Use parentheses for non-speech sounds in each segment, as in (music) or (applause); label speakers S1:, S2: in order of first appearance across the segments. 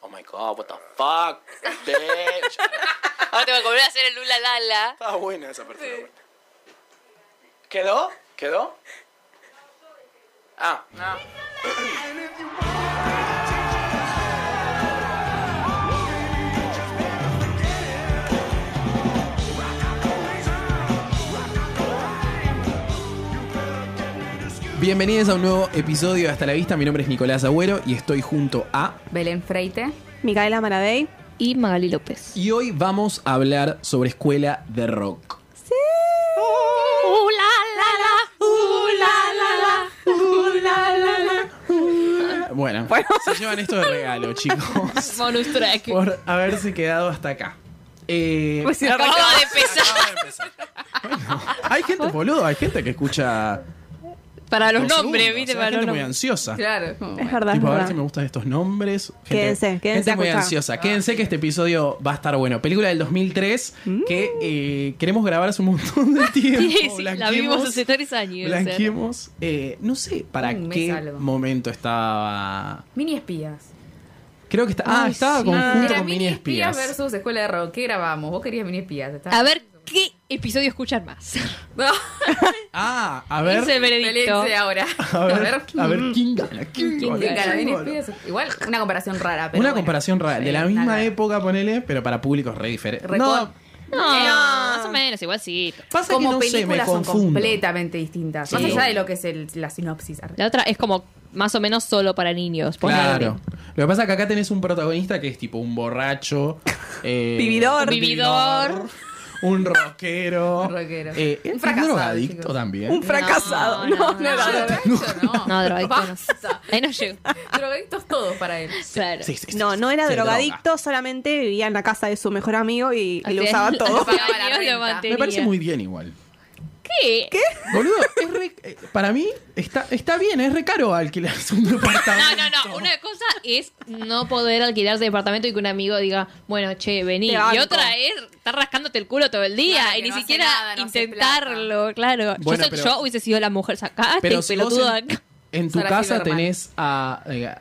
S1: Oh my god, what the fuck, bitch.
S2: Ahora (laughs) tengo que volver a hacer el Lula Lala.
S1: Estaba buena esa persona. güey. ¿Quedó? ¿Quedó? Ah,
S3: Bienvenidos a un nuevo episodio de Hasta la Vista. Mi nombre es Nicolás Agüero y estoy junto a.
S4: Belén Freite.
S5: Micaela Maradei.
S2: Y Magali López.
S3: Y hoy vamos a hablar sobre escuela de rock.
S2: ¡Uh, la, la, la! ¡Uh, la, la, la! Uh.
S3: Bueno, se llevan esto de regalo, chicos.
S2: Bonus track. Pues
S3: por haberse quedado hasta acá. Eh,
S2: Acabo de empezar.
S3: acaba de empezar. Bueno, hay gente, boludo, hay gente que escucha.
S2: (laughs) Para los
S3: dos
S2: nombres,
S3: segundos.
S2: viste,
S3: Hay
S2: para los
S3: gente muy
S2: nombres.
S3: ansiosa.
S4: Claro.
S5: Es verdad, es
S3: Tipo, a ver
S5: verdad.
S3: si me gustan estos nombres. Gente-
S5: Quédense, quédense
S3: Gente
S5: a
S3: muy
S5: escuchar.
S3: ansiosa. Quédense que este episodio va a estar bueno. Película del 2003 que eh, queremos grabar hace un montón
S2: (laughs)
S3: de tiempo.
S2: Mm. Sí, sí, la
S3: Blanqueemos-
S2: vimos hace Mm, tres años. o sea.
S3: Blanqueemos. eh, no sé para
S4: Un mes
S3: qué
S4: algo.
S3: momento estaba.
S4: Mini espías.
S3: Creo que estaba. Ah,
S2: Ay,
S3: estaba
S2: sí.
S3: conjunto
S4: Era
S3: con Mini Espías.
S4: versus Escuela de Rock. ¿Qué grabamos? Vos querías Mini Espías. ¿está?
S2: A ver qué episodio escuchan más.
S3: Ah, a
S2: Ese es el
S3: ver.
S2: veredicto.
S4: Peleense ahora.
S3: (laughs) A ver, a ver, ¿quién gana? ¿Quién,
S2: ¿Quién
S3: gana?
S2: gana?
S4: Claro,
S3: ¿Quién
S4: Mini
S3: gana?
S4: Espías. Igual una comparación rara. Pero
S3: Una
S4: bueno.
S3: comparación rara, de la
S4: Sí,
S3: misma
S4: nada.
S3: época, ponele, pero para públicos re diferentes.
S4: Reco-
S3: No,
S2: Eh, No, más o menos, igual sí.
S3: pasa
S4: como
S3: que no sé, me
S4: películas son
S3: confundo.
S4: completamente distintas.
S3: Sí.
S4: Más allá de lo que es el- la sinopsis.
S2: La otra es como más o menos solo para niños. ponele.
S3: Claro. Lo que pasa es que acá tenés un protagonista que es tipo un borracho. eh,
S5: Vividor.
S3: un
S2: Vividor.
S3: Un rockero.
S4: Un rockero.
S3: eh,
S4: Un
S3: un
S4: fracasado,
S3: drogadicto
S4: chicos.
S3: también.
S5: Un fracasado.
S2: No,
S5: No,
S2: (laughs) no,
S5: no,
S2: no.
S5: no.
S4: no. (laughs)
S2: No, drogadicto no.
S4: Ah, Basta.
S2: Ahí no llego.
S4: Drogadictos todos para él.
S2: Claro.
S3: Sí, sí, sí,
S5: No,
S3: sí,
S5: no era
S3: se droga.
S5: drogadicto, solamente vivía en la casa de su mejor amigo y, y
S2: Al
S5: lo
S2: final- (laughs)
S5: usaba todo.
S2: al
S4: Pagaba la
S2: final lo
S4: renta.
S2: mantenía.
S3: Me parece muy bien igual.
S2: ¿Qué?
S3: Boludo, es re- eh, para mí está, está bien, es re caro alquilar un
S2: No,
S3: departamento.
S2: no, no. Una cosa es no poder alquilar de departamento y que un amigo diga, bueno, che, vení.
S5: Te
S2: Y
S5: banco.
S2: otra es estar rascándote el culo todo el día
S4: Claro,
S2: y
S4: que
S2: ni
S4: no hace
S2: siquiera
S4: nada, no hace
S2: intentarlo, claro. Yo
S3: Bueno,
S2: sé- yo,
S3: pero-
S2: hubiese sido la mujer sacada
S3: (laughs) Pero
S2: y
S3: si vos
S2: pelotuda.
S3: en, en tu
S4: Sara
S3: casa
S4: Silverman.
S3: tenés a eh,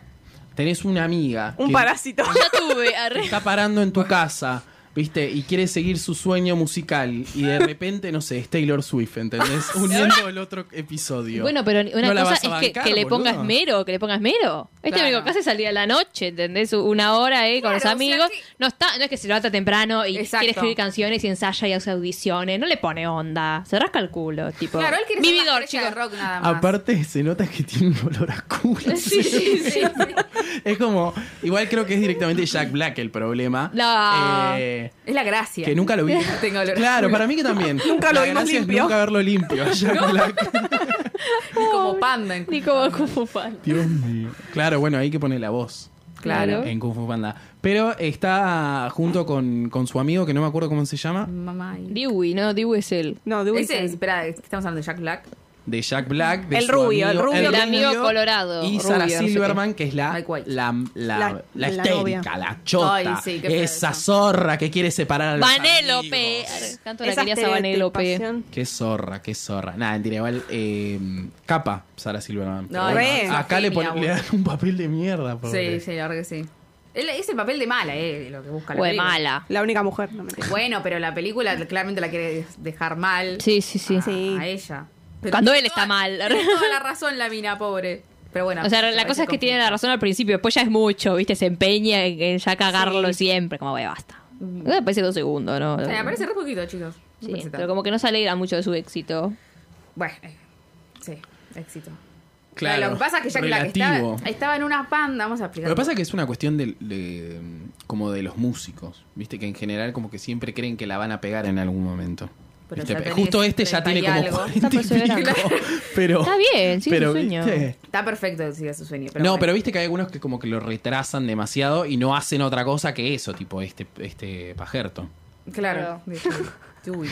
S3: tenés una amiga
S5: Un
S3: que
S2: (laughs)
S5: parásito.
S2: (laughs) Ya tuve,
S3: te
S2: arre.
S3: está parando en tu casa, ¿viste? Y quiere seguir su sueño musical y
S5: (laughs)
S3: de repente no sé, es Taylor Swift, ¿entendés? Uniendo el otro episodio.
S2: Bueno, pero ni- una
S3: ¿No la
S2: cosa
S3: vas
S2: es
S3: a
S2: que,
S3: bancar,
S2: que le pongas
S3: boludo?
S2: mero, que le pongas mero. Este
S4: Claro.
S2: amigo casi salía a la noche, ¿entendés? Una hora eh, con los
S4: Claro, o sea
S2: amigos.
S4: que-
S2: No está, no es que se levanta temprano y
S4: Exacto.
S2: quiere escribir canciones y ensaya y hace audiciones. No le pone onda. Se rasca el culo, tipo.
S4: Claro, él quiere ser
S2: Vividor,
S4: una estrella de
S2: chicos.
S4: rock nada
S3: Ah,
S4: más.
S3: Aparte se nota que tiene un olor a culo.
S2: (laughs) Sí, sí, sí.
S3: (laughs) Es como, igual creo que es directamente Jack Black el problema.
S2: No.
S3: Eh,
S4: Es la gracia.
S3: que nunca lo
S2: (laughs)
S3: vi.
S4: (laughs) Tengo olor a
S3: claro,
S4: culo.
S3: para mí que también.
S5: Nunca lo
S3: La
S5: vimos
S3: gracia es
S5: limpio.
S3: Nunca verlo limpio. (laughs) a Jack Black.
S4: Ni como panda. en-
S2: Ni como Kung Fu Panda.
S3: Dios mío. Claro, bueno, ahí que pone la voz. eh,
S2: Claro.
S3: En Kung Fu Panda. Pero está junto con, con su amigo, que no me acuerdo cómo se
S4: (laughs)
S3: llama,
S4: Mamá. y-
S2: Dewey, no, Dewey es él.
S5: No, de
S4: Ese, espera, estamos hablando de Jack Black.
S3: de Jack Black. de
S5: El
S3: su
S5: rubio, el
S3: amigo-
S5: rubio.
S2: El amigo
S3: rubio,
S2: colorado,
S3: Y
S2: rubio,
S3: Sarah
S2: no sé qué.
S3: Silverman, que es la,
S4: Mike White.
S3: la, la, la,
S5: La- la
S3: histérica,
S5: novia.
S3: la chota.
S4: Ay, sí, qué feo
S3: esa
S4: eso.
S3: zorra que quiere separar a los
S2: Vanélope.
S3: amigos.
S2: Tanto la querías a Vanélope.
S3: Qué zorra, qué zorra. Nada, mentira, igual. eh, capa, Sarah Silverman.
S4: No,
S3: Pero
S5: re.
S3: bueno, Acá le,
S4: Sofía,
S3: pon- le dan un papel de mierda.
S4: Sí,
S3: pobre.
S4: sí, la verdad que sí. Él- es el papel de mala, eh, lo que busca la
S2: O de
S4: película.
S2: mala.
S5: La única mujer, no me
S4: Bueno, pero la película claramente la quiere dejar mal.
S2: Sí, sí, sí.
S4: a,
S5: Sí.
S4: a ella. Pero
S2: Cuando
S4: tiene
S2: él está
S4: toda-
S2: mal.
S4: tiene toda la razón la mina, pobre. Pero bueno.
S2: O sea,
S4: a
S2: la
S4: veces
S2: cosa es que tiene
S4: complica.
S2: la razón al principio, después ya es mucho, ¿viste? Se empeña en, en ya cagarlo
S5: Sí.
S2: siempre. Como, bueno, basta. Me parece dos segundos, ¿no?
S4: O sea, me parece re poquito, chicos. No
S2: Sí,
S4: parece
S2: pero
S4: tanto.
S2: como que no se alegra mucho de su éxito.
S4: Bueno, eh, sí, éxito.
S3: Claro,
S4: Lo que pasa es que Jack Black
S3: relativo.
S4: estaba, estaba en una panda, vamos a explicar.
S3: Lo que pasa es que es una cuestión de, de, como de los músicos, viste que en general como que siempre creen que la van a pegar en algún momento.
S4: Pero
S3: Viste,
S4: ya tenés
S3: justo este ya
S4: 30 y
S3: tiene como
S4: algo.
S3: 40 y
S2: Está perseverante.
S3: pico, (laughs) pero,
S2: Está bien, sigue
S3: pero,
S2: su sueño.
S3: ¿viste?
S4: Está perfecto que siga su sueño.
S3: no,
S4: bueno.
S3: pero viste que hay algunos que como que lo retrasan demasiado y no hacen otra cosa que eso, tipo este, este pajerto.
S4: Claro.
S3: (laughs)
S4: Uy.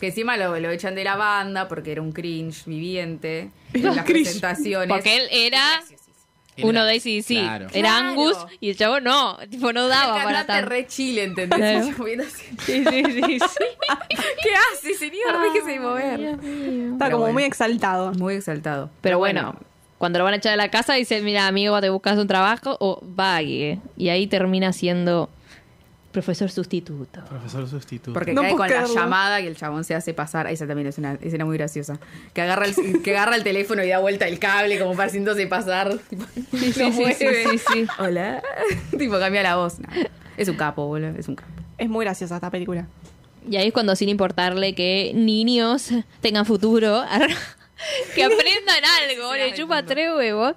S4: Que encima lo, lo echan de la banda porque era un cringe viviente en
S5: Era
S4: las
S5: cringe.
S4: presentaciones.
S2: Porque él era uno de sí, sí.
S4: (laughs)
S3: Claro.
S2: Era
S4: Claro.
S2: Angus y el chavo no, tipo no daba
S4: El
S2: para
S4: cantante
S2: tanto.
S4: re chile, ¿entendés?
S2: Claro.
S4: Yo viendo así,
S2: Sí, sí, sí, sí.
S4: ¿Qué hace, señor? Déjese de mover.
S3: Ah,
S5: Está
S4: Pero
S5: como
S4: bueno.
S5: muy exaltado.
S4: Muy exaltado.
S2: Pero bueno, cuando lo van a echar de la casa dicen, mira amigo, te buscas un trabajo o vague. Y ahí termina siendo profesor sustituto.
S3: Profesor sustituto.
S4: Porque
S5: No
S4: cae
S5: puedo
S4: con la
S5: creerlo.
S4: llamada y el chabón se hace pasar. Esa también es una escena muy graciosa. Que agarra el, que agarra el teléfono y da vuelta el cable como para haciéndose pasar. Tipo,
S2: Sí, sí,
S4: lo
S2: sí, sí,
S4: mueve.
S2: sí, sí.
S4: Hola. (laughs) tipo, cambia la voz. No, Es un capo, boludo. Es un capo.
S5: Es muy graciosa esta película.
S2: Y ahí es cuando sin importarle que niños tengan futuro, (laughs) que aprendan algo, le chupa tres huevos,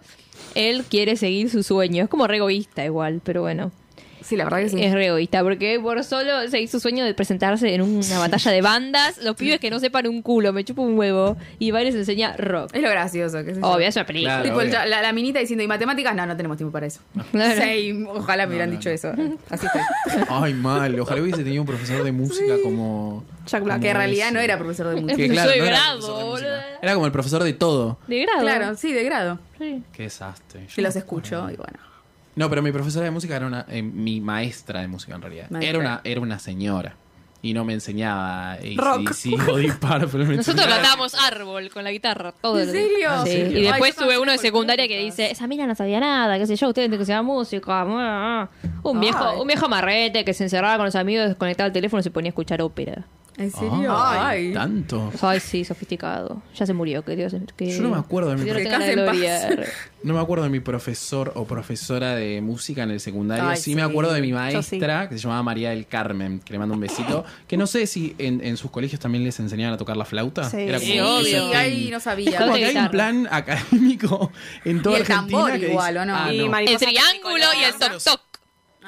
S2: él quiere seguir su sueño. Es como re egoísta igual, pero bueno.
S4: Sí, la verdad que sí.
S2: Es re egoísta, porque por solo seguir su sueño de presentarse en una batalla de bandas,
S4: (laughs)
S2: los pibes que no sepan un culo, me chupa un huevo, y va y les enseña rock.
S4: Es lo gracioso. qué sé yo.
S2: Obvio, es una película.
S3: Claro,
S4: Tipo, el
S3: obvio.
S4: cha- la, la minita diciendo, ¿y matemáticas? No, no tenemos tiempo para eso.
S2: Claro.
S4: Sí, ojalá me hubieran
S3: no,
S4: dicho
S3: no.
S4: eso. Así estoy.
S3: Ay, mal. Ojalá hubiese tenido un profesor de música como.
S5: Jack Black.
S3: como
S4: que en realidad
S3: ese.
S4: no era profesor de música.
S3: Que claro,
S2: Soy
S3: no era
S2: bravo,
S3: profesor de música.
S2: boludo.
S3: Era como el profesor de todo.
S2: De grado.
S4: Claro, sí, de grado.
S2: Sí.
S3: Qué desastre.
S4: Que los escucho y bueno.
S3: No, pero mi profesora de música era una. eh, mi maestra de música en realidad.
S4: Maestra.
S3: Era una, era una señora. Y no me enseñaba eh,
S5: Rock.
S3: sí o disparo, pero me
S2: Nosotros
S3: enseñaba-
S2: cantábamos árbol con la guitarra todo
S4: ¿En
S2: el-
S4: serio?
S2: Ah, Sí.
S4: ¿En serio?
S2: Y después
S4: Ay, yo
S2: sube
S4: también
S2: uno de
S4: soy
S2: secundaria que
S4: folclórica.
S2: dice, esa mina no sabía nada, qué sé yo, ustedes tienen que ser música. mua". Un viejo,
S4: Ay.
S2: un viejo marrete que se encerraba con los amigos, desconectaba el teléfono y se ponía a escuchar ópera.
S4: ¿En
S3: Ah,
S4: serio?
S3: Ay,
S4: Ay.
S3: tanto.
S2: Ay, sí, sofisticado. Ya se murió, que Dios. Que,
S3: Yo no me acuerdo de mi
S2: que Dios lo
S4: profe-
S2: tenga
S4: Que
S2: en la
S4: descanse en (laughs)
S2: gloria.
S3: No me acuerdo de mi profesor o profesora de música en el secundario.
S4: Ay,
S3: sí, me
S4: sí.
S3: acuerdo de mi
S5: Yo sí.
S3: maestra, que se llamaba María del Carmen, que le mando un besito. Que no sé si en, en sus colegios también les enseñaban a tocar la flauta.
S5: Sí.
S3: Era como
S2: Sí,
S3: ese
S2: obvio.
S3: thing.
S4: Ay, no sabía.
S3: Es como
S2: Flauta y
S3: que hay un
S2: guitarra.
S3: plan académico en toda
S4: Y el
S3: Argentina
S4: tambor
S3: que dice-
S4: igual, ¿o no?
S3: Ah,
S5: Y
S3: no.
S5: Mariposa
S2: El triángulo y el toc toc.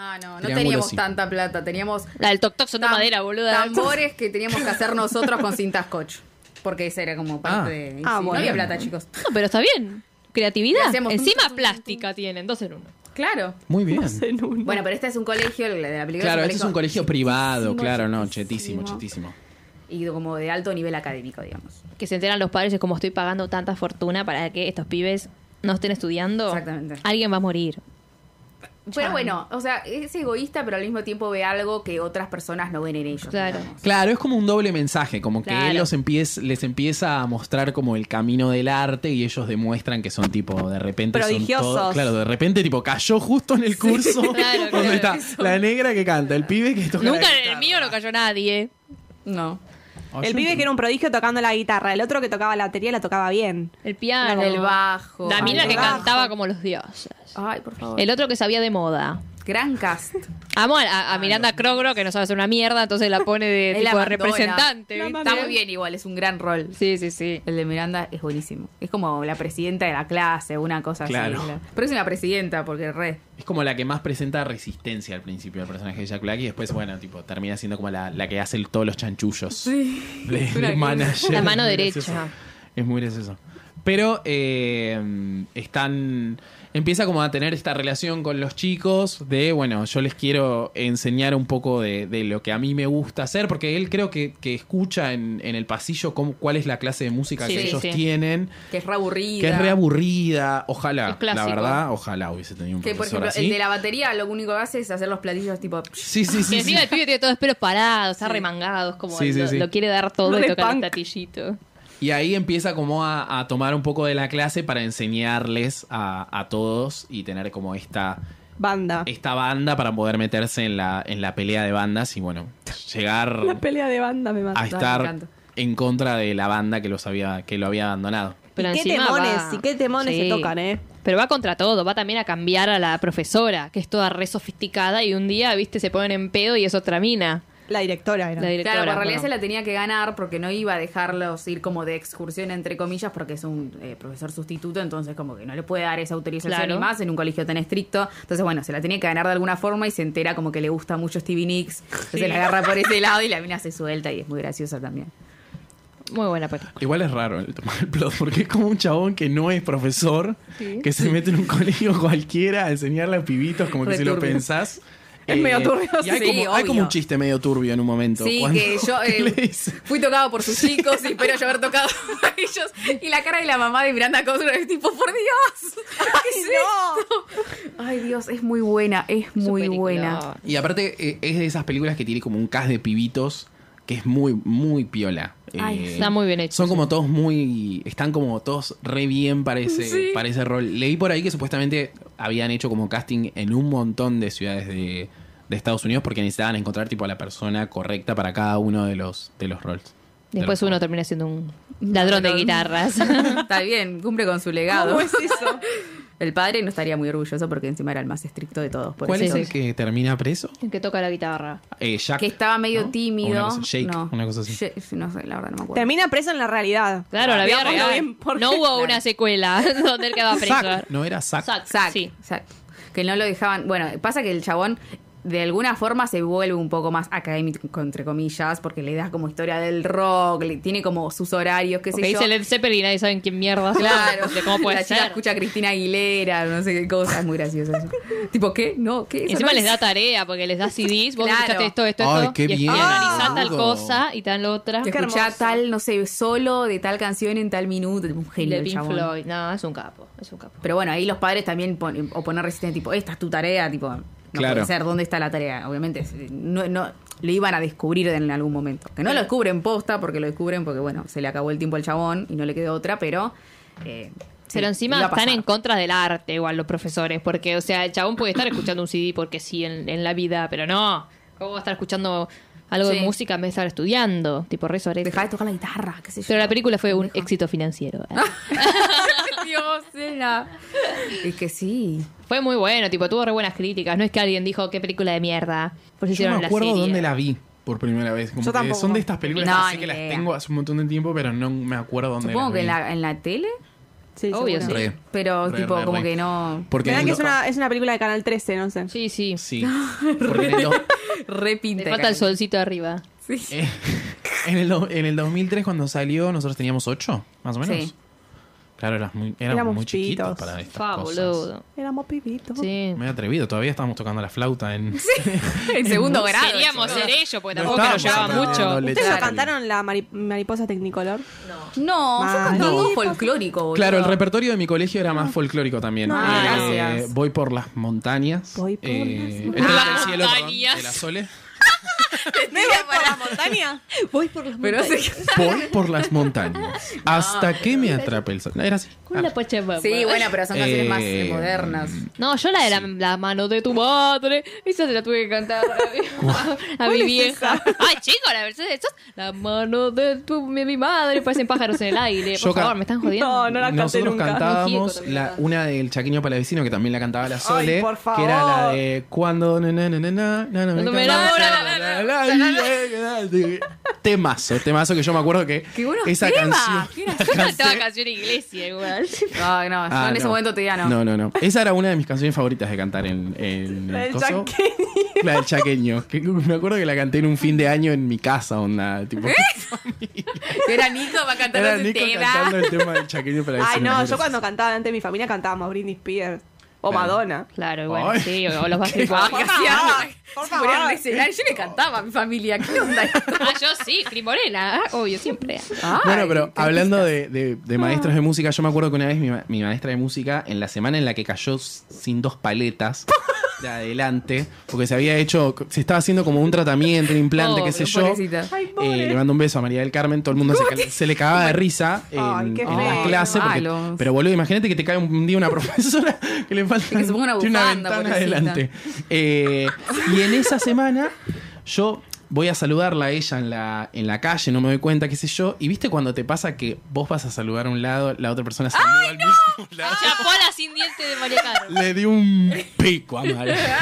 S4: Ah, no, no
S3: Triángulo,
S4: teníamos
S3: sí.
S4: tanta plata. Teníamos
S2: La del toc toc son de
S4: tam-
S2: madera, boluda.
S4: tambores que teníamos que hacer nosotros con cinta scotch. Porque esa era como parte
S3: Ah.
S4: de...
S5: Ah,
S4: sí, No
S5: bueno.
S4: había plata, chicos.
S2: No, pero está bien.
S4: Le
S2: Creatividad.
S4: hacíamos tum,
S2: Encima
S4: tum, tum,
S2: plástica tienen, dos en uno.
S4: Claro.
S3: Muy bien.
S5: (laughs) en uno.
S4: Bueno, pero este es un colegio, el de la película
S3: Claro, este es un colegio privado,
S4: chetísimo,
S3: claro, no,
S4: chetísimo.
S3: chetísimo, chetísimo.
S4: Y como de alto nivel académico, digamos.
S2: que se enteran los padres es como estoy pagando tanta fortuna para que estos pibes no estén estudiando.
S4: Exactamente.
S2: Alguien va a morir.
S4: Pero bueno, o sea, es egoísta, pero al mismo tiempo ve algo que otras personas no ven en ellos.
S2: Claro.
S4: digamos.
S3: Claro, es como un doble mensaje, como que
S2: Claro.
S3: él los empieza, les empieza a mostrar como el camino del arte y ellos demuestran que son tipo, de repente... son
S5: Prodigiosos.
S3: todo- claro, de repente tipo cayó justo en el curso (laughs)
S2: Claro,
S3: donde
S2: claro.
S3: está la negra que canta, el pibe que toca... la
S2: Nunca en el
S3: guitarra.
S2: mío no cayó nadie.
S4: No.
S3: Oh,
S5: El
S3: yo
S5: pibe que era un prodigio tocando la guitarra, el otro que tocaba la batería la tocaba bien.
S2: El piano.
S4: El bajo.
S2: La mina
S5: el
S2: que
S5: bajo.
S2: cantaba como los dioses.
S4: Ay, por favor.
S2: El otro que sabía de moda.
S4: Gran
S2: (laughs)
S4: cast.
S2: Amo a, a- a Miranda Crogro, que no sabe hacer una mierda, entonces la pone de
S4: (laughs) Él
S2: tipo de
S4: abandona.
S2: representante.
S5: La
S2: ¿viste?
S4: Está muy bien igual, es un gran rol.
S2: Sí, sí, sí.
S4: El de Miranda es buenísimo. Es como la presidenta de la clase, una cosa
S3: Claro.
S4: así. la- Pero es una presidenta, porque re.
S3: Es como la que más presenta resistencia al principio, el personaje de Jack Black, y después, bueno, tipo, termina siendo como la, la que hace el- todos los chanchullos.
S4: Sí.
S3: de-
S4: Es una
S3: de
S4: cosa.
S3: manager.
S2: La mano
S3: Es muy
S2: derecha.
S3: gracioso. Es muy gracioso. Pero eh, están. Empieza como a tener esta relación con los chicos de, bueno, yo les quiero enseñar un poco de, de lo que a mí me gusta hacer, porque él creo que, que escucha en, en el pasillo cómo- cuál es la clase de música
S2: Sí,
S3: que
S2: sí,
S3: ellos
S2: sí.
S3: tienen,
S4: Que es re aburrida.
S3: que es re aburrida. Ojalá,
S2: Es
S3: la
S2: clásico.
S3: verdad, ojalá hubiese tenido un
S4: Que por
S3: profesor
S4: ejemplo,
S3: así.
S4: el de la batería lo único que hace es hacer los platillos tipo.
S3: Sí, sí, sí.
S2: Que
S3: sí.
S2: encima el pibe tiene todos los pelos parados, está
S4: Sí.
S2: remangado, es como
S3: Sí, sí,
S2: lo,
S3: sí.
S2: lo quiere dar todo
S5: Re
S2: y tocar el
S5: punk.
S2: platillito.
S3: Y ahí empieza como a, a tomar un poco de la clase para enseñarles a, a todos y tener como esta,
S5: Banda.
S3: esta banda para poder meterse en la, en la pelea de bandas y bueno, llegar
S5: (laughs) La pelea de banda me mata.
S3: a
S4: me
S3: estar
S4: encanta.
S3: en contra de la banda que los había, que lo había abandonado.
S2: Pero
S5: ¿Y qué
S2: encima
S5: temones?
S2: va-
S5: ¿Y qué temones se tocan, eh?
S2: Pero va contra todo, va también a cambiar a la profesora, que es toda re sofisticada y un día, viste, se ponen en pedo y es otra mina.
S5: La directora era.
S2: La directora.
S4: Claro, pero en realidad
S2: perdón.
S4: se la tenía que ganar porque no iba a dejarlos ir como de excursión, entre comillas, porque es un eh, profesor sustituto, entonces como que no le puede dar esa autorización
S2: Claro.
S4: ni más en un colegio tan estricto. Entonces, bueno, se la tenía que ganar de alguna forma y se entera como que le gusta mucho Stevie (laughs) Nicks, entonces la agarra por ese lado y la mina se suelta y es muy graciosa también.
S2: Muy buena película.
S3: Igual es raro el tomar el plot, porque es como un chabón que no es profesor, que se mete en un colegio cualquiera a enseñarle a pibitos, como que
S4: Re
S3: si lo
S4: turbio.
S3: pensás. Eh,
S4: Es medio turbio,
S3: y hay,
S4: sí,
S3: como, hay
S4: obvio.
S3: como un chiste medio turbio en un momento.
S4: Sí,
S3: cuando- (laughs)
S4: que yo eh,
S3: le dice-
S4: fui tocado por sus chicos y espero yo haber tocado (laughs) a ellos. Y la cara de la mamá de Miranda Cosgrove es tipo, por Dios. ¿qué es esto?". Ay, Dios, es muy buena, es
S2: Su
S4: muy
S2: película.
S4: buena.
S3: Y aparte eh, es de esas películas que tiene como un cast de pibitos que es muy, muy piola. Eh,
S4: Ay,
S2: está muy bien hecho,
S3: Son
S2: sí.
S3: como todos muy. Están como todos re bien para ese,
S4: Sí.
S3: para ese rol. Leí por ahí que supuestamente habían hecho como casting en un montón de ciudades de, de Estados Unidos porque necesitaban encontrar tipo a la persona correcta para cada uno de los, de los roles. De
S2: Después
S3: los
S2: uno
S3: roles.
S2: termina siendo un ladrón de
S4: Ladrón.
S2: guitarras.
S4: (laughs)
S2: (laughs)
S4: Está bien, cumple con su legado.
S5: ¿Cómo es eso?
S4: El padre no estaría muy orgulloso porque encima era el más estricto de todos. Por
S3: ¿Cuál es
S4: eso.
S3: el que termina preso?
S2: El que toca la guitarra.
S3: Eh, Jack.
S4: Que estaba medio
S3: ¿no?
S4: tímido.
S3: Una cosa- Jake,
S4: no.
S3: una cosa así.
S4: Jake, no sé, la verdad no me acuerdo.
S5: Termina preso en la realidad.
S2: Claro, la vida
S5: Veámoslo
S2: real.
S5: bien, porque-
S2: No hubo
S5: Claro.
S2: una secuela (laughs) donde él quedaba preso.
S3: Zack, no era Zack.
S2: Zack,
S4: Zack,
S2: sí.
S4: Zack. Que no lo dejaban. Bueno, pasa que el chabón de alguna forma se vuelve un poco más académico, entre comillas, porque le das como historia del rock, le- tiene como sus horarios, qué
S2: Porque
S4: sé yo.
S2: dice Led Zeppelin y nadie sabe quién mierda son.
S4: Claro,
S2: (laughs) De cómo
S4: (laughs)
S2: puede
S4: la chica
S2: ser.
S4: escucha a Cristina Aguilera, no sé qué cosas, muy gracioso eso. tipo, ¿qué? No, ¿qué? Eso
S2: Y Encima
S4: no
S2: les
S4: es-
S2: da tarea porque
S4: (laughs)
S2: les da CDs. Vos
S4: Claro.
S2: escuchaste esto, esto,
S3: Ay,
S2: esto.
S3: qué
S2: y es-
S3: bien,
S2: y analizá tal
S3: boludo.
S2: cosa y tal otra.
S4: Te
S5: Qué
S4: escuchá
S5: hermoso.
S4: tal, no sé, solo de tal canción en tal minuto. Un genio
S2: De
S4: el
S2: Pink
S4: chabón.
S2: Floyd. No, es un capo. Es un capo.
S4: Pero bueno, ahí los padres también ponen, o poner resistente, tipo, esta es tu tarea, tipo, no
S3: Claro.
S4: puede ser, ¿dónde está la tarea? Obviamente, es- no, no, lo iban a descubrir en algún momento. Que no lo descubren posta, porque lo descubren porque, bueno, se le acabó el tiempo al chabón y no le quedó otra, pero... eh, sí,
S2: Pero encima
S4: iba a
S2: están
S4: pasar.
S2: en contra del arte, igual los profesores, porque, o sea, el chabón puede estar escuchando un CD porque sí en, en la vida, pero no. ¿Cómo va a estar escuchando algo de
S4: Sí.
S2: música en vez de estar estudiando? Tipo, re sobre
S4: Dejá de tocar la guitarra, qué sé yo.
S2: Pero
S4: (laughs)
S2: la película fue un éxito financiero. ¿eh?
S4: Dios, era. Es que sí.
S2: Fue muy bueno, tipo, tuvo re buenas críticas. No es que alguien dijo qué película de mierda. Por eso
S3: Yo
S2: hicieron
S3: me acuerdo
S2: la serie.
S3: dónde la vi por primera vez. Como
S5: Yo
S3: que
S5: tampoco.
S3: son de estas películas
S4: No,
S3: que sé
S4: ni
S3: que las
S4: idea.
S3: tengo hace un montón de tiempo, pero no me acuerdo dónde
S4: Supongo que en
S3: las
S4: la, en la tele,
S5: Sí,
S2: Obvio,
S5: seguro.
S2: sí.
S3: Re.
S4: pero
S3: Re,
S4: tipo,
S3: re,
S4: como
S3: re.
S4: que no.
S3: vi. Porque
S5: Me da
S3: en
S5: que es
S3: do-
S5: una, es una película de Canal 13, no sé.
S2: Sí, sí.
S3: Sí. Porque en el, do-
S4: Repinte.
S2: Le falta el solcito arriba.
S3: (laughs)
S4: Sí.
S3: eh, en, el do- en el 2003 cuando salió nosotros teníamos 8, más o menos.
S4: Sí.
S3: Claro, eras muy, éramos
S5: Éramos
S3: muy chiquitos
S5: pibitos.
S3: para estas
S2: Fa,
S3: cosas.
S2: boludo.
S5: Éramos pibitos.
S2: Sí.
S3: Me he atrevido, todavía estábamos tocando la flauta en...
S4: En segundo grado.
S2: Queríamos ser ellos, porque
S3: No
S2: tampoco que nos llevaba
S3: estábamos
S2: mucho.
S3: aprendiendo
S5: ¿Ustedes
S3: Claro.
S5: no cantaron la mari- mariposa tecnicolor?
S4: No, fue
S5: Mal.
S4: con todo
S5: No.
S4: folclórico, boludo.
S3: (laughs) Claro, el repertorio de mi colegio era más folclórico también. Eh,
S5: Ah,
S4: gracias.
S3: Voy por las montañas. eh,
S5: Voy por las
S3: el tren del
S2: montañas.
S3: cielo, perdón,
S2: Montañas.
S3: de la Sole.
S5: ¿Me voy por la montaña?
S2: Voy por las
S4: Pero sí.
S3: Voy por las montañas. Hasta que me atrape el sol. Era así. Ah,
S2: Con la Pachamama.
S4: Sí, bueno, pero son canciones más
S3: Eh,
S4: eh, modernas.
S2: No, yo la de la, la mano de tu madre. Esa se la tuve que cantar a
S3: (laughs)
S2: mi, (laughs) a mi
S5: ¿Cuál es
S2: vieja.
S5: esa?
S2: (laughs) Ay, chicos, la versión de estos. La mano de tu, mi, mi madre. Parecen pájaros en el aire. Por
S3: Yo ca-
S2: favor, me están jodiendo. (laughs)
S5: No, no la canté
S3: Nosotros
S5: nunca.
S3: cantábamos
S2: Los Gieco
S3: la,
S2: también.
S3: una del Chaqueño Palavecino que también la cantaba la Sole,
S5: por
S3: que era la
S5: favor.
S3: de cuando na, na, na, na, na, na, na,
S2: Cuando
S3: me
S2: me
S3: canso,
S2: enamoro,
S3: la, la, la, la, la. temazo, temazo que yo me acuerdo que
S4: Qué buenos
S3: esa
S4: temas. Qué
S3: canción la
S2: Yo cantaba
S3: canté-
S2: canción
S3: (laughs)
S2: iglesia igual.
S4: No, no, yo
S3: Ah,
S4: en ese
S3: no.
S4: momento te diría no.
S3: No, no, no. Esa era una de mis canciones favoritas de cantar en, en
S5: La
S3: el
S5: del
S3: coso.
S5: chaqueño.
S3: La del chaqueño. Que me acuerdo que la canté en un fin de año en mi casa, onda. Tipo,
S4: Era Nico para cantar
S3: Era
S4: ese
S3: Nico
S4: tema. (laughs)
S3: cantando el tema del chaqueño Palavecino.
S5: Ay, no,
S3: Muy
S5: yo
S3: gracioso.
S5: cuando cantaba delante de mi familia cantábamos Britney Spears o
S3: Claro.
S5: Madonna.
S2: Claro, bueno,
S3: Ay.
S2: sí. O, o los Backstreet
S4: Ah,
S2: Boys.
S4: que hacían-
S5: por
S4: se ponían en
S5: favor.
S4: el escenario. Yo le cantaba a mi familia. ¿Qué onda?
S2: Ah, yo sí, Crimorena. obvio, siempre.
S4: Ay,
S3: Bueno, pero hablando de, de- de maestros de música, yo me acuerdo que una vez mi, ma- mi maestra de música, en la semana en la que cayó s- sin dos paletas de adelante, porque se había hecho, se estaba haciendo como un tratamiento, un
S5: (laughs)
S3: implante, qué sé yo.
S4: Pobrecita.
S5: Ay, pobre.
S3: Eh, le mando un beso a María del Carmen, todo el mundo se, ca- se le cagaba de risa en,
S5: Ay, qué
S3: en la
S5: feo.
S3: clase. porque-
S4: Malos.
S3: pero boludo, imagínate que te cae un día una (laughs) profesora que le falta
S4: Que se ponga una
S3: tiene
S4: bufanda,
S3: ventana
S4: pobrecita.
S3: adelante. Eh, y en esa semana yo voy a saludarla a ella en la, en la calle, no me doy cuenta, qué sé yo. Y viste cuando te pasa que vos vas a saludar a un lado, la otra persona saluda al mismo lado.
S2: Chapola sin diente de María Carmen.
S3: Le di un pico a María.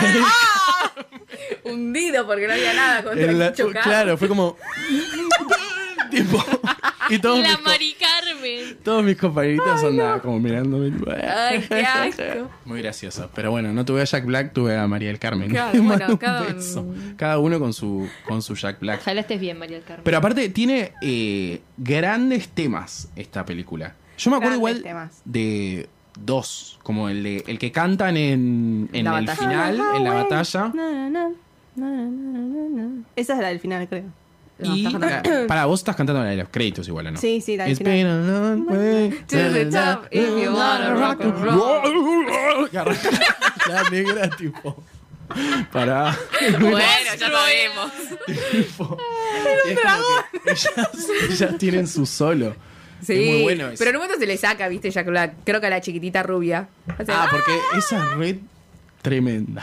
S4: hundido porque no había nada contra
S3: En
S4: el
S3: la-
S4: chocar.
S3: claro, fue como. tipo, y todos,
S2: La
S3: mis, co-
S2: Mari Carmen.
S3: todos mis compañeritos andaban como mirándome. tipo, "Ah".
S4: Ay, qué
S3: (laughs)
S4: asco.
S3: Muy gracioso. Pero bueno, no tuve a Jack Black, tuve a María del Carmen.
S4: Claro,
S3: Le
S4: bueno,
S3: (laughs) mando un
S4: cada-
S3: beso. Cada uno con su, con su Jack Black.
S2: Ojalá estés bien, María del Carmen.
S3: Pero aparte tiene eh, grandes temas esta película. Yo me acuerdo
S5: Grandes
S3: igual
S5: temas.
S3: de dos, como el de el que cantan en, en
S2: La
S3: el
S2: batalla.
S3: final, en la batalla.
S5: Na, na, na, na, na, na, na. Esa es la del final, creo.
S2: No,
S3: y
S2: estás cantando.
S3: (clears throat) para vos estás cantando la de los créditos igual, ¿o ¿no?
S5: Sí, sí, la del
S3: It's
S5: final.
S3: been a long way
S4: To the top if you wanna rock and
S3: Y arranca (laughs) La negra tipo. Para.
S4: Bueno, ya sabemos.
S3: tipo. Es como que Ellas, ellas tienen su solo.
S4: Sí,
S3: Es muy bueno eso.
S4: pero en un momento se le saca, viste, Jack Black. Creo que a la chiquitita rubia. O sea,
S3: Ah, porque esa red tremenda.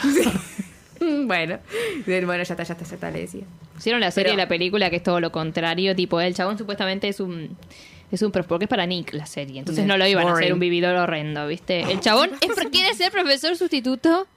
S4: mm, (laughs) Bueno, bueno, ya está, ya está, ya está, le decía.
S2: Hicieron la serie
S4: Pero-
S2: y la película que es todo lo contrario, tipo, el chabón supuestamente es un es un prof, porque es para Nick la serie, entonces no lo iban a
S4: Mm, Boring. Ah,
S2: hacer un vividor horrendo, ¿viste? El chabón es por- quiere ser profesor sustituto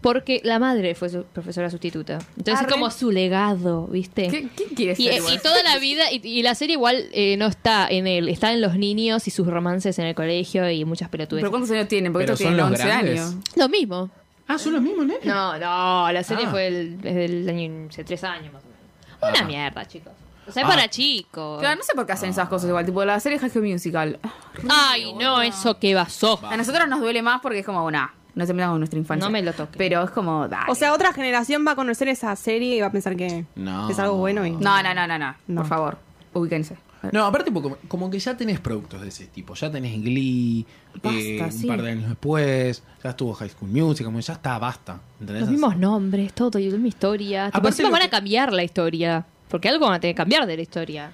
S2: porque la madre fue su profesora sustituta. Entonces
S4: Arre.
S2: es como su legado, ¿viste?
S4: ¿Qué- ¿Quién quiere
S2: Y,
S4: ser?
S2: y
S4: bueno?
S2: toda la vida, y, y la serie igual eh, no está en él, está en los niños y sus romances en el colegio y muchas pelotudes.
S4: ¿Pero cuántos años tienen? Porque
S3: Pero
S4: estos
S3: son
S4: tienen
S3: los
S4: 11
S3: grandes.
S4: años.
S2: Lo mismo.
S3: Ah, son los mismos, nene.
S2: No, no, la serie
S3: Ah.
S2: fue el, desde el año, hace tres años más o menos.
S3: Ah.
S2: Una mierda, chicos. O sea, es
S3: Ah.
S2: para chicos.
S4: Claro, no sé por qué hacen esas cosas igual. Tipo, la serie High School Musical.
S2: Ay, no, eso que basó.
S4: A nosotros nos duele más porque es como, nah, no se metan con nuestra infancia.
S2: No me lo toques.
S4: Pero es como, dale.
S5: O sea, otra generación va a conocer esa serie y va a pensar que
S3: No.
S5: es algo bueno y
S4: no, no, no, no, no,
S5: No.
S4: Por favor, ubíquense.
S2: Ah.
S3: No, aparte porque como, como que ya tenés productos de ese tipo, ya tenés Glee,
S4: Basta,
S3: eh, un
S4: sí.
S3: par de años después, ya estuvo High School Music, como ya está, basta. ¿entendés?
S2: Los mismos nombres, todo, y la misma historia. Tipo,
S3: Aparte
S2: encima
S3: lo
S2: van
S3: Ah, que-
S2: a cambiar la historia. Porque algo van a tener que cambiar de la historia.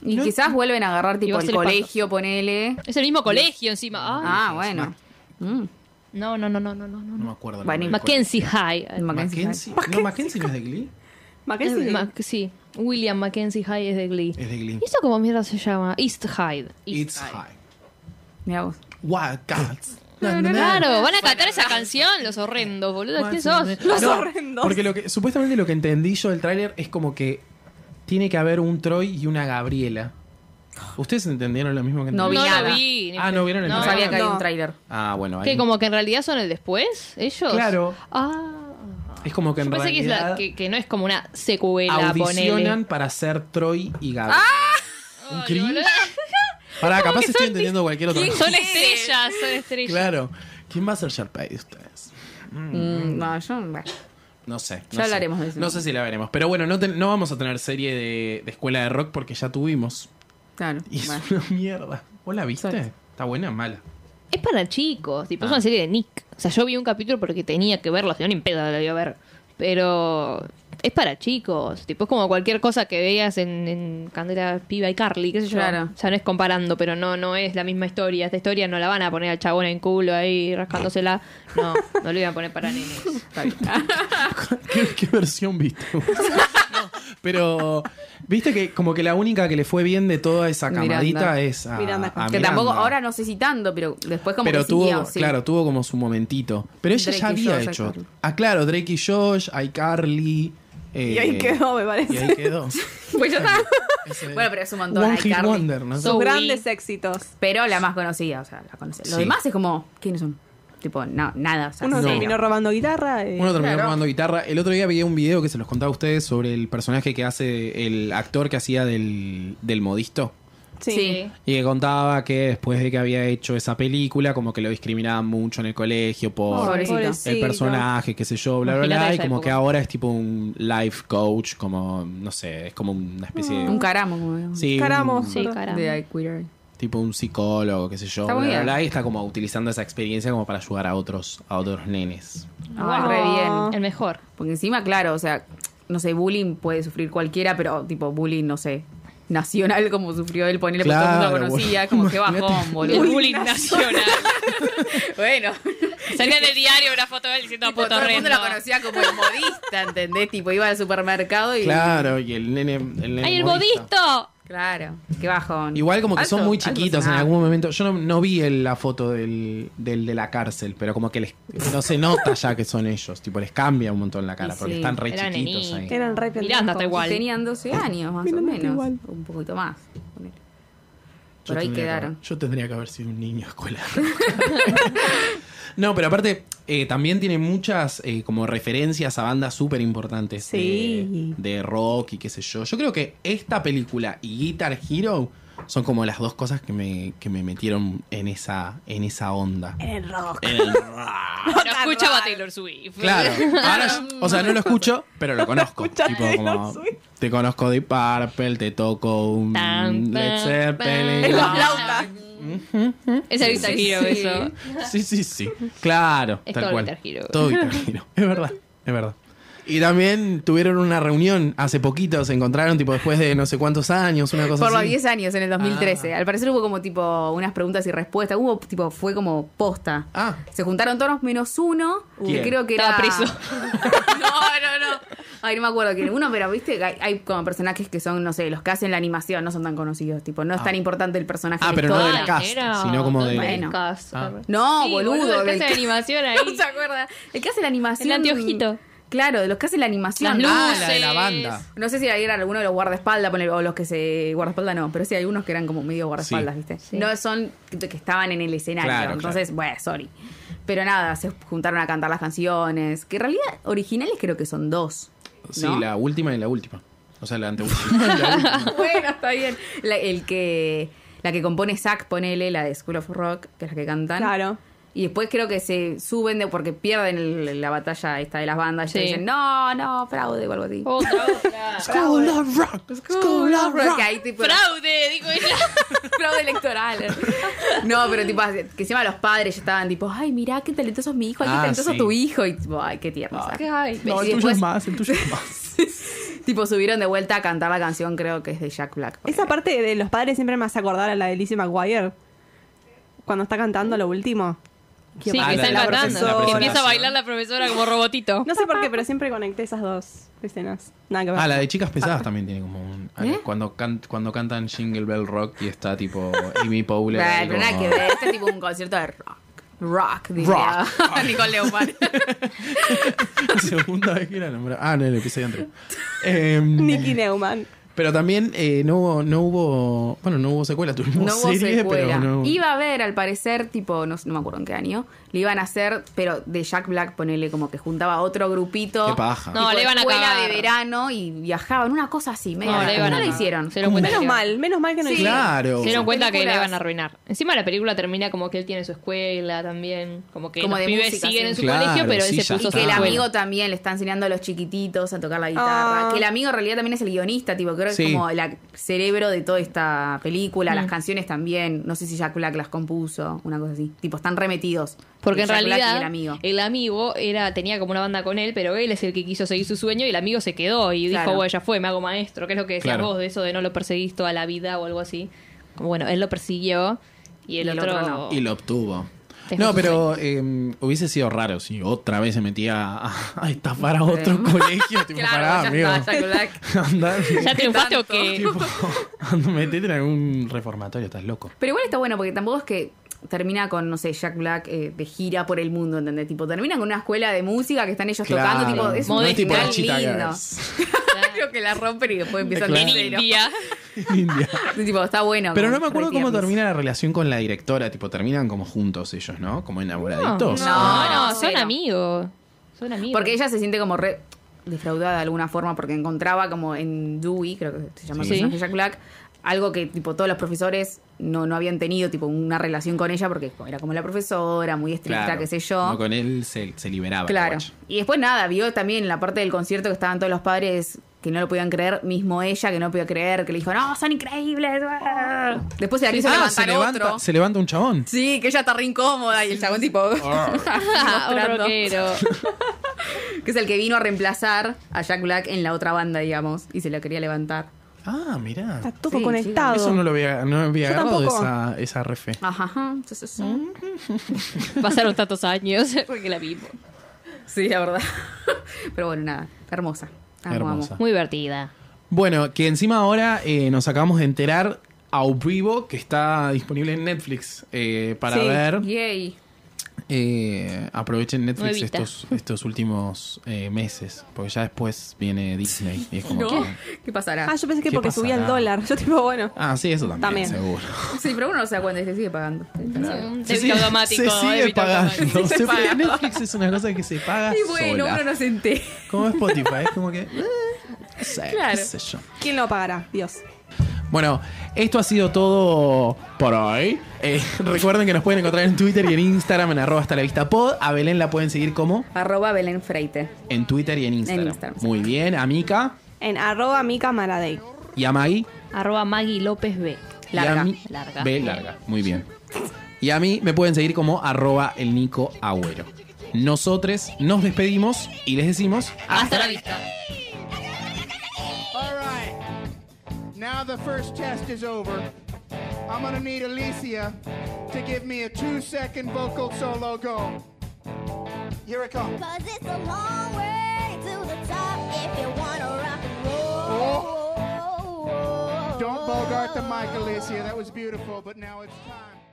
S4: Y quizás vuelven a agarrar
S2: Y
S4: tipo
S2: va a
S4: el
S2: ser espanto.
S4: colegio, ponele.
S2: Es el mismo colegio encima. Ah,
S4: Ah, bueno. Mm,
S2: No, no, no, no, no, no, no.
S3: No me acuerdo. el
S4: Bueno,
S3: nombre del
S2: Mackenzie High.
S4: el Mackenzie.
S3: Mackenzie. No, Mackenzie no es de Glee.
S5: Mackenzie,
S2: Es Eh, Mac- sí. William Mackenzie High es de Glee.
S3: Es de Glee.
S2: ¿Y eso cómo mierda se llama? East Hyde.
S3: It's high.
S4: Mirá vos.
S3: Wildcats.
S2: Claro, van a cantar esa canción, los horrendos, boludo. ¿Quién sos?
S3: Los
S5: horrendos.
S3: Porque lo que, supuestamente lo que entendí yo del tráiler es como que tiene que haber un Troy y una Gabriela. ¿Ustedes entendieron lo mismo que
S4: No
S3: entendí?
S4: vi
S2: no
S4: nada.
S2: lo vi. ni
S3: Ah, ¿no vieron el
S4: No,
S3: No,
S4: sabía que había
S5: no.
S4: un tráiler.
S3: Ah, bueno. ahí-
S2: Que como que en realidad son el después, ellos.
S3: Claro.
S2: Ah.
S3: Es como que en
S2: Yo pensé que, es la-
S3: realidad
S2: que- que no es como una secuela,
S3: audicionan
S2: ponele.
S3: para ser Troy y
S4: ¡Ah!
S3: Gabriela. Un
S2: Ay,
S3: cringe.
S2: boludo.
S3: Pará, capaz estoy entendiendo cualquier otra cosa.
S2: Son estrellas, son estrellas.
S3: Claro. ¿Quién va a ser Sharpay de ustedes?
S4: Mm, no, yo. bueno.
S3: No sé. No
S4: Ya
S3: sé.
S4: hablaremos de eso.
S3: No sé si la veremos. Pero bueno, no, ten- no vamos a tener serie de, de escuela de rock porque ya tuvimos.
S4: Claro.
S3: Y es
S4: bueno.
S3: una mierda. ¿Vos la viste?
S4: Exacto.
S3: ¿Está buena o mala? (laughs)
S2: Es para chicos, tipo, es
S3: Ah.
S2: una serie de Nick. O sea, yo vi un capítulo porque tenía que verlo, si no, ni en pedo la iba a ver. Pero es para chicos, tipo, es como cualquier cosa que veas en, en Candela Piba y Carly, qué sé yo.
S4: Claro.
S2: O sea, no es comparando, pero no no es la misma historia. Esta historia no la van a poner al chabón en culo ahí rascándosela. No, no lo iban a poner para nenes.
S4: (laughs)
S3: (laughs) ¿Qué, qué versión viste? vos? No, pero viste que como que la única que le fue bien de toda esa
S4: Miranda.
S3: camadita es a,
S5: Miranda.
S3: a
S4: Que tampoco,
S3: Miranda.
S4: ahora no sé si tanto, pero después como
S3: Ah, pero
S4: que
S3: tuvo,
S4: siguió, sí.
S3: claro, tuvo como su momentito. Pero ella
S4: Drake
S3: ya
S4: y
S3: había
S4: Josh,
S3: hecho.
S4: iCarly.
S3: Ah, claro, Drake y Josh, iCarly. eh,
S5: Y ahí quedó, me parece.
S3: Y ahí
S5: (laughs)
S3: quedó.
S4: (laughs) Pues ya
S3: (laughs)
S4: está.
S3: Ese-
S4: Bueno, pero es un montón,
S3: One
S4: hay
S3: Hit
S4: Carly.
S3: Wonder, ¿no?
S2: So-
S5: Sus
S2: Zoe.
S5: grandes éxitos.
S4: Pero la más conocida, o sea, la conoce. Lo
S3: Sí.
S4: demás es como, ¿quiénes son? Tipo, no, nada. O sea,
S5: Uno
S3: No.
S4: cero.
S5: terminó robando guitarra. eh.
S3: Uno terminó
S4: Claro.
S3: tomando guitarra. El otro día vi un video que se los contaba a ustedes sobre el personaje que hace, el actor que hacía del, del modisto.
S5: sí.
S4: Sí.
S3: Y que contaba que después de que había hecho esa película, como que lo discriminaban mucho en el colegio por
S4: Pobre. Pobrecito.
S3: el personaje, qué sé yo, bla, bla,
S2: Imagínate
S3: bla. Y
S2: esa
S3: como
S2: época.
S3: que ahora es tipo un life coach, como, no sé, es como una especie de...
S4: Mm, Un caramo, como digamos.
S3: Sí, un-
S5: Caramo.
S2: Sí, caramba.
S4: De I Quit Early.
S3: tipo un psicólogo, qué sé yo,
S4: Está
S3: bla,
S4: muy
S3: bla,
S4: bien.
S3: bla, y está como utilizando esa experiencia como para ayudar a otros, a otros nenes.
S4: Ah,
S2: Ah.
S4: re bien.
S2: El mejor.
S4: Porque encima, claro, o sea, no sé, bullying puede sufrir cualquiera, pero tipo bullying, no sé, nacional como sufrió él, ponerle porque todo el mundo
S3: Claro,
S4: lo conocía,
S3: boludo.
S4: como que
S3: Imagínate.
S4: bajón,
S2: El
S4: boludo.
S2: bullying nacional.
S4: bueno,
S2: (laughs) Salía en el diario una foto de él diciendo
S4: tipo, todo el mundo lo conocía como el modista, ¿entendés? Tipo, iba al supermercado y...
S3: Claro, y el nene... El nene
S2: ¡Ay, el
S3: modista.
S2: modisto!
S4: Claro, qué bajón.
S3: Igual como que son
S4: Alto-
S3: muy
S4: alto
S3: chiquitos en
S4: cenar.
S3: algún momento. Yo no, no vi el- la foto del, del de la cárcel, pero como que les, no se nota ya que son ellos. Tipo, les cambia un montón la cara
S4: Y
S3: porque
S4: sí,
S3: están re
S2: eran
S3: chiquitos ahí.
S2: nenitos.
S5: Eran re pendejos.
S2: Miranda está igual. Ah,
S4: Y Tenían 12 años, más o
S3: Miranda
S4: menos.
S3: igual.
S4: Un poquito más. ponele.
S3: Yo
S4: Por ahí
S3: tendría que
S4: quedaron.
S3: haber- yo tendría que haber sido un niño de escuela. (laughs) no, pero aparte, eh, también tiene muchas eh, como referencias a bandas súper importantes de-
S5: Sí.
S3: de, rock y qué sé yo. Yo creo que esta película y Guitar Hero son como las dos cosas que me, que me metieron en esa, en esa onda.
S5: En el rock.
S3: En el rock.
S2: No escuchaba Taylor Swift.
S3: Claro.
S4: (laughs)
S3: Ahora, yo- o sea, no lo escucho, pero lo
S5: (laughs)
S3: conozco.
S5: escucha
S3: Tipo,
S5: Taylor
S3: como,
S5: Swift.
S3: te conozco de Purple, te toco un
S2: Tan,
S3: Led
S2: tan,
S3: Zeppelin.
S2: tan.
S5: En
S3: No.
S5: la flauta.
S2: Es el Guitar
S4: Sí,
S2: Hero
S4: sí.
S2: eso.
S3: Sí, sí, sí. Claro.
S2: Es
S3: tal
S2: todo
S3: cual.
S2: Guitar Hero.
S3: Todo Guitar Hero. Es verdad, es verdad. Y también tuvieron una reunión hace poquito, se encontraron tipo después de no sé cuántos años, una cosa
S4: Por los
S3: así. Ah.
S4: 10 años, en el 2013. Al parecer hubo como tipo unas preguntas y respuestas. Hubo tipo, fue como posta.
S3: Ah.
S4: Se juntaron todos menos uno.
S3: ¿Quién?
S4: Que creo que
S2: Estaba
S4: era.
S2: preso.
S4: (laughs) no, no, no. Ay, no me acuerdo quién. Uno, pero viste, hay, hay como personajes que son, no sé, los que hacen la animación no son tan conocidos. Tipo, no es tan importante el personaje.
S3: Ah,
S4: de
S3: pero no
S4: todo.
S3: del cast, sino como del-
S4: Bueno.
S2: cast.
S3: Ah.
S4: No,
S2: Sí,
S4: boludo. del
S2: el cast de
S4: que-
S2: animación
S4: (laughs)
S2: ahí.
S4: ¿No se acuerda? El que hace la animación.
S2: El anteojito.
S4: Claro, de los que hace la animación.
S2: Las
S3: Ah,
S2: luces.
S3: la de la banda.
S4: No sé si era alguno de los guardaespaldas, ponele, o los que se. Guardaespaldas no, pero sí, algunos que eran como medio guardaespaldas,
S3: Sí.
S4: ¿viste?
S2: Sí.
S4: No son que que estaban en el escenario.
S3: Claro,
S4: entonces, bueno, sorry. Pero nada, se juntaron a cantar las canciones, que en realidad originales creo que son dos.
S3: Sí,
S4: ¿no?
S3: la última y la última. O sea, la anteúltima. La última.
S4: (laughs) bueno, está bien. La, el que, la que compone Zack, ponele, la de School of Rock, que es la que cantan.
S5: Claro.
S4: Y después creo que se suben de, porque pierden el- la batalla esta de las bandas.
S2: Sí.
S4: Y dicen, no, no, fraude o algo así.
S2: Otra, otra.
S3: School of Rock. School of Rock.
S4: Que ahí, tipo,
S2: Fraude, digo
S4: (laughs)
S2: ella.
S3: Ah,
S2: (laughs)
S4: fraude electoral. No, pero tipo, que encima los padres ya estaban tipo, ay, mirá, qué talentoso es mi hijo, ay, qué
S3: Ah,
S4: talentoso
S3: sí.
S4: tu hijo. Y tipo, ay, qué tierno. o sea.
S3: No,
S4: Y
S3: el tuyo
S4: después-
S3: es más, el tuyo es más.
S4: Tipo, subieron de vuelta a cantar la canción, creo que es de Jack Black.
S5: Esa parte de los padres siempre me hace acordar a la de Lizzie McGuire. Cuando está cantando lo último.
S3: Ah,
S2: Sí, que
S3: la de
S2: están
S3: la
S2: cantando.
S3: profesora.
S2: Que empieza a bailar la profesora como robotito.
S5: No sé por qué, pero siempre conecté esas dos escenas. Nada que ver.
S3: Ah,
S5: (laughs)
S3: la de chicas pesadas también tiene como un.
S4: ¿Eh?
S3: Cuando, can- cuando cantan Jingle Bell Rock y está tipo Amy Powler.
S4: Bueno,
S3: ahí
S4: pero
S3: como-
S4: nada que
S3: (laughs)
S4: ver, este es tipo un concierto de rock. Rock, (laughs) diría
S3: Ah,
S4: Nicole Leopard.
S2: (laughs)
S3: Segunda vez que la nombró. Ah, no, el episodio anterior. Em,
S5: Nicky Neumann.
S3: Pero también eh, no, hubo, no hubo. Bueno, no hubo secuela, tuvimos
S4: No hubo
S3: serie,
S4: secuela.
S3: pero no.
S4: Iba a haber, al parecer, tipo, no, sé- no me acuerdo en qué año, le iban a hacer, pero de Jack Black, ponele como que juntaba otro grupito.
S3: Qué paja.
S2: No,
S4: tipo,
S2: le iban a
S4: escuela
S2: acabar.
S4: de verano y viajaban, una cosa así. medio
S2: No,
S4: rara.
S2: le iban
S4: no
S2: a
S4: la
S2: acabar.
S4: hicieron.
S2: Se dieron cuenta
S5: Menos
S2: que-
S5: mal, menos mal que no
S4: Sí.
S5: hicieron.
S3: Claro.
S2: Se dieron cuenta que le
S4: Películas.
S2: iban a arruinar. Encima la película termina como que él tiene su escuela también. Como que
S4: Como
S2: los
S4: de
S2: pibes
S4: música,
S2: siguen
S4: sí.
S2: en su
S3: Claro,
S2: colegio, pero él
S3: sí,
S2: se
S3: ya
S2: puso
S4: Y
S3: está.
S4: que el
S3: Ah, bueno.
S4: amigo también le está enseñando a los chiquititos a tocar la guitarra.
S5: Ah.
S4: Que el amigo en realidad también es el guionista, tipo, creo que
S3: Sí.
S4: es como el ac- cerebro de toda esta película.
S2: Mm.
S4: Las canciones también, no sé si Jack Black las compuso, una cosa así. Tipo, están remetidos.
S2: Porque en
S4: Jack Black y
S2: realidad
S4: el amigo.
S2: era tenía como una banda con él, pero él es el que quiso seguir su sueño y el amigo se quedó y
S4: Claro.
S2: dijo, bueno, ya fue, me hago maestro, que es lo que decías
S3: Claro.
S2: vos de eso de no lo perseguís toda la vida o algo así. Como bueno, él lo persiguió y el,
S4: Y el
S2: otro,
S4: otro no.
S3: Y lo obtuvo.
S2: Te
S3: No,
S2: fue
S3: pero eh, hubiese sido raro si otra vez se metía a, a estafar a otro
S4: Sí. (laughs)
S3: colegio. Tipo,
S4: Claro,
S3: pará,
S4: ya
S3: amigo. (laughs)
S4: está, Jack Black.
S3: Andá,
S2: (laughs) ¿Ya triunfaste o
S4: Tanto.
S2: qué?
S3: tipo, andá, metete en algún reformatorio, estás loco.
S4: Pero igual está bueno porque tampoco es que termina con, no sé, Jack Black eh, de gira por el mundo, ¿entendés? Tipo, termina con una escuela de música que están ellos tocando, tipo, es
S3: no
S4: un
S3: es tipo
S4: final
S3: la Cheetah
S4: lindo. (laughs)
S3: Girls.
S4: Creo que la rompen y después empiezan
S3: Claro.
S4: de
S2: En
S4: cero.
S2: India.
S3: (laughs) India.
S4: Tipo, está bueno.
S3: Pero
S4: como
S3: no me acuerdo
S4: re
S3: cómo
S4: tiernos.
S3: termina la relación con la directora. Tipo, terminan como juntos ellos, ¿no? Como enamoraditos.
S4: No,
S2: No, no,
S4: no,
S2: son
S4: cero.
S2: amigos. Son amigos. (laughs)
S4: Porque ella se siente como re defraudada de alguna forma porque encontraba como en Dewey, creo que se llama el
S2: Sí.
S4: personaje de Jack Black, algo que tipo todos los profesores no, no habían tenido, tipo una relación con ella porque era como la profesora, muy estricta,
S3: Claro.
S4: qué sé yo.
S3: No, con él se, se liberaba.
S4: Claro.
S3: guacho.
S4: Y después nada, vio también la parte del concierto que estaban todos los padres que no lo podían creer, mismo ella que no podía creer, que le dijo, no, son increíbles. ah". Después se la quiso
S3: Ah,
S4: levantar
S3: se levanta,
S4: otro.
S3: se levanta un chabón.
S4: Sí, que ella está re incómoda y el chabón
S3: (laughs)
S4: tipo... (laughs)
S2: Ah, un
S4: mostrando.
S2: rockero.
S4: (laughs) que es el que vino a reemplazar a Jack Black en la otra banda, digamos, y se lo quería levantar.
S3: Ah, mirá.
S5: Está todo
S4: Sí,
S5: conectado.
S3: Eso no lo había, no había
S5: Yo
S3: agarrado
S5: tampoco.
S3: esa, esa refe.
S4: Ajá, ajá. sí, sí, sí.
S2: Pasaron tantos años (laughs) porque la vimos.
S4: Sí, la verdad. (laughs) Pero bueno, nada, hermosa. Amo,
S3: Hermosa.
S4: amo.
S2: Muy divertida.
S3: Bueno, que encima ahora eh, nos acabamos de enterar a vivo que está disponible en Netflix eh, para
S5: Sí,
S3: ver.
S4: Yay.
S3: Eh, aprovechen Netflix
S2: Nuevita.
S3: estos, estos últimos eh, meses, porque ya después viene Disney. y es como
S4: No.
S3: que-
S4: ¿Qué pasará?
S5: Ah, yo pensé que
S3: ¿Qué
S5: porque
S3: pasará?
S5: subía el dólar. (laughs) Yo tipo, bueno.
S3: Ah, sí, eso también,
S5: También.
S3: seguro.
S4: Sí, pero uno no se da cuenta y se sigue pagando.
S2: Un
S3: Se
S2: débito
S3: sigue-
S2: automático.
S3: Se sigue
S2: débito
S3: pagando.
S2: automático. (laughs)
S3: Se paga. Netflix es una cosa que se paga
S4: Y bueno,
S3: sola.
S4: uno no se entera.
S3: Como Spotify, es como que... eh, no sé, qué
S4: Claro.
S3: sé yo.
S5: ¿Quién lo pagará? Dios.
S3: Bueno, esto ha sido todo por hoy. Eh, (laughs) recuerden que nos pueden encontrar en Twitter y en Instagram en arroba hasta la vista pod. A Belén la pueden seguir como
S4: Arroba Belén Freite.
S3: en Twitter y en Instagram.
S4: Instagram, sí.
S3: Muy bien, a Mika
S5: En arroba mi camaradei.
S3: y a Maggie.
S2: Arroba Maggie López B.
S3: Y
S4: Larga,
S3: a mí-
S2: larga.
S3: B larga, muy bien. Y a mí me pueden seguir como arroba el Nico Agüero. Nosotros nos despedimos y les decimos
S2: Hasta la vista.
S6: All right. Now the first test is over. I'm going to need Alicia to give me a two second vocal solo go. Here it comes.
S7: Cause it's a long way to the top if you wanna rock and roll.
S6: Oh. Don't bogart the mic, Alicia. That was beautiful, but now it's time.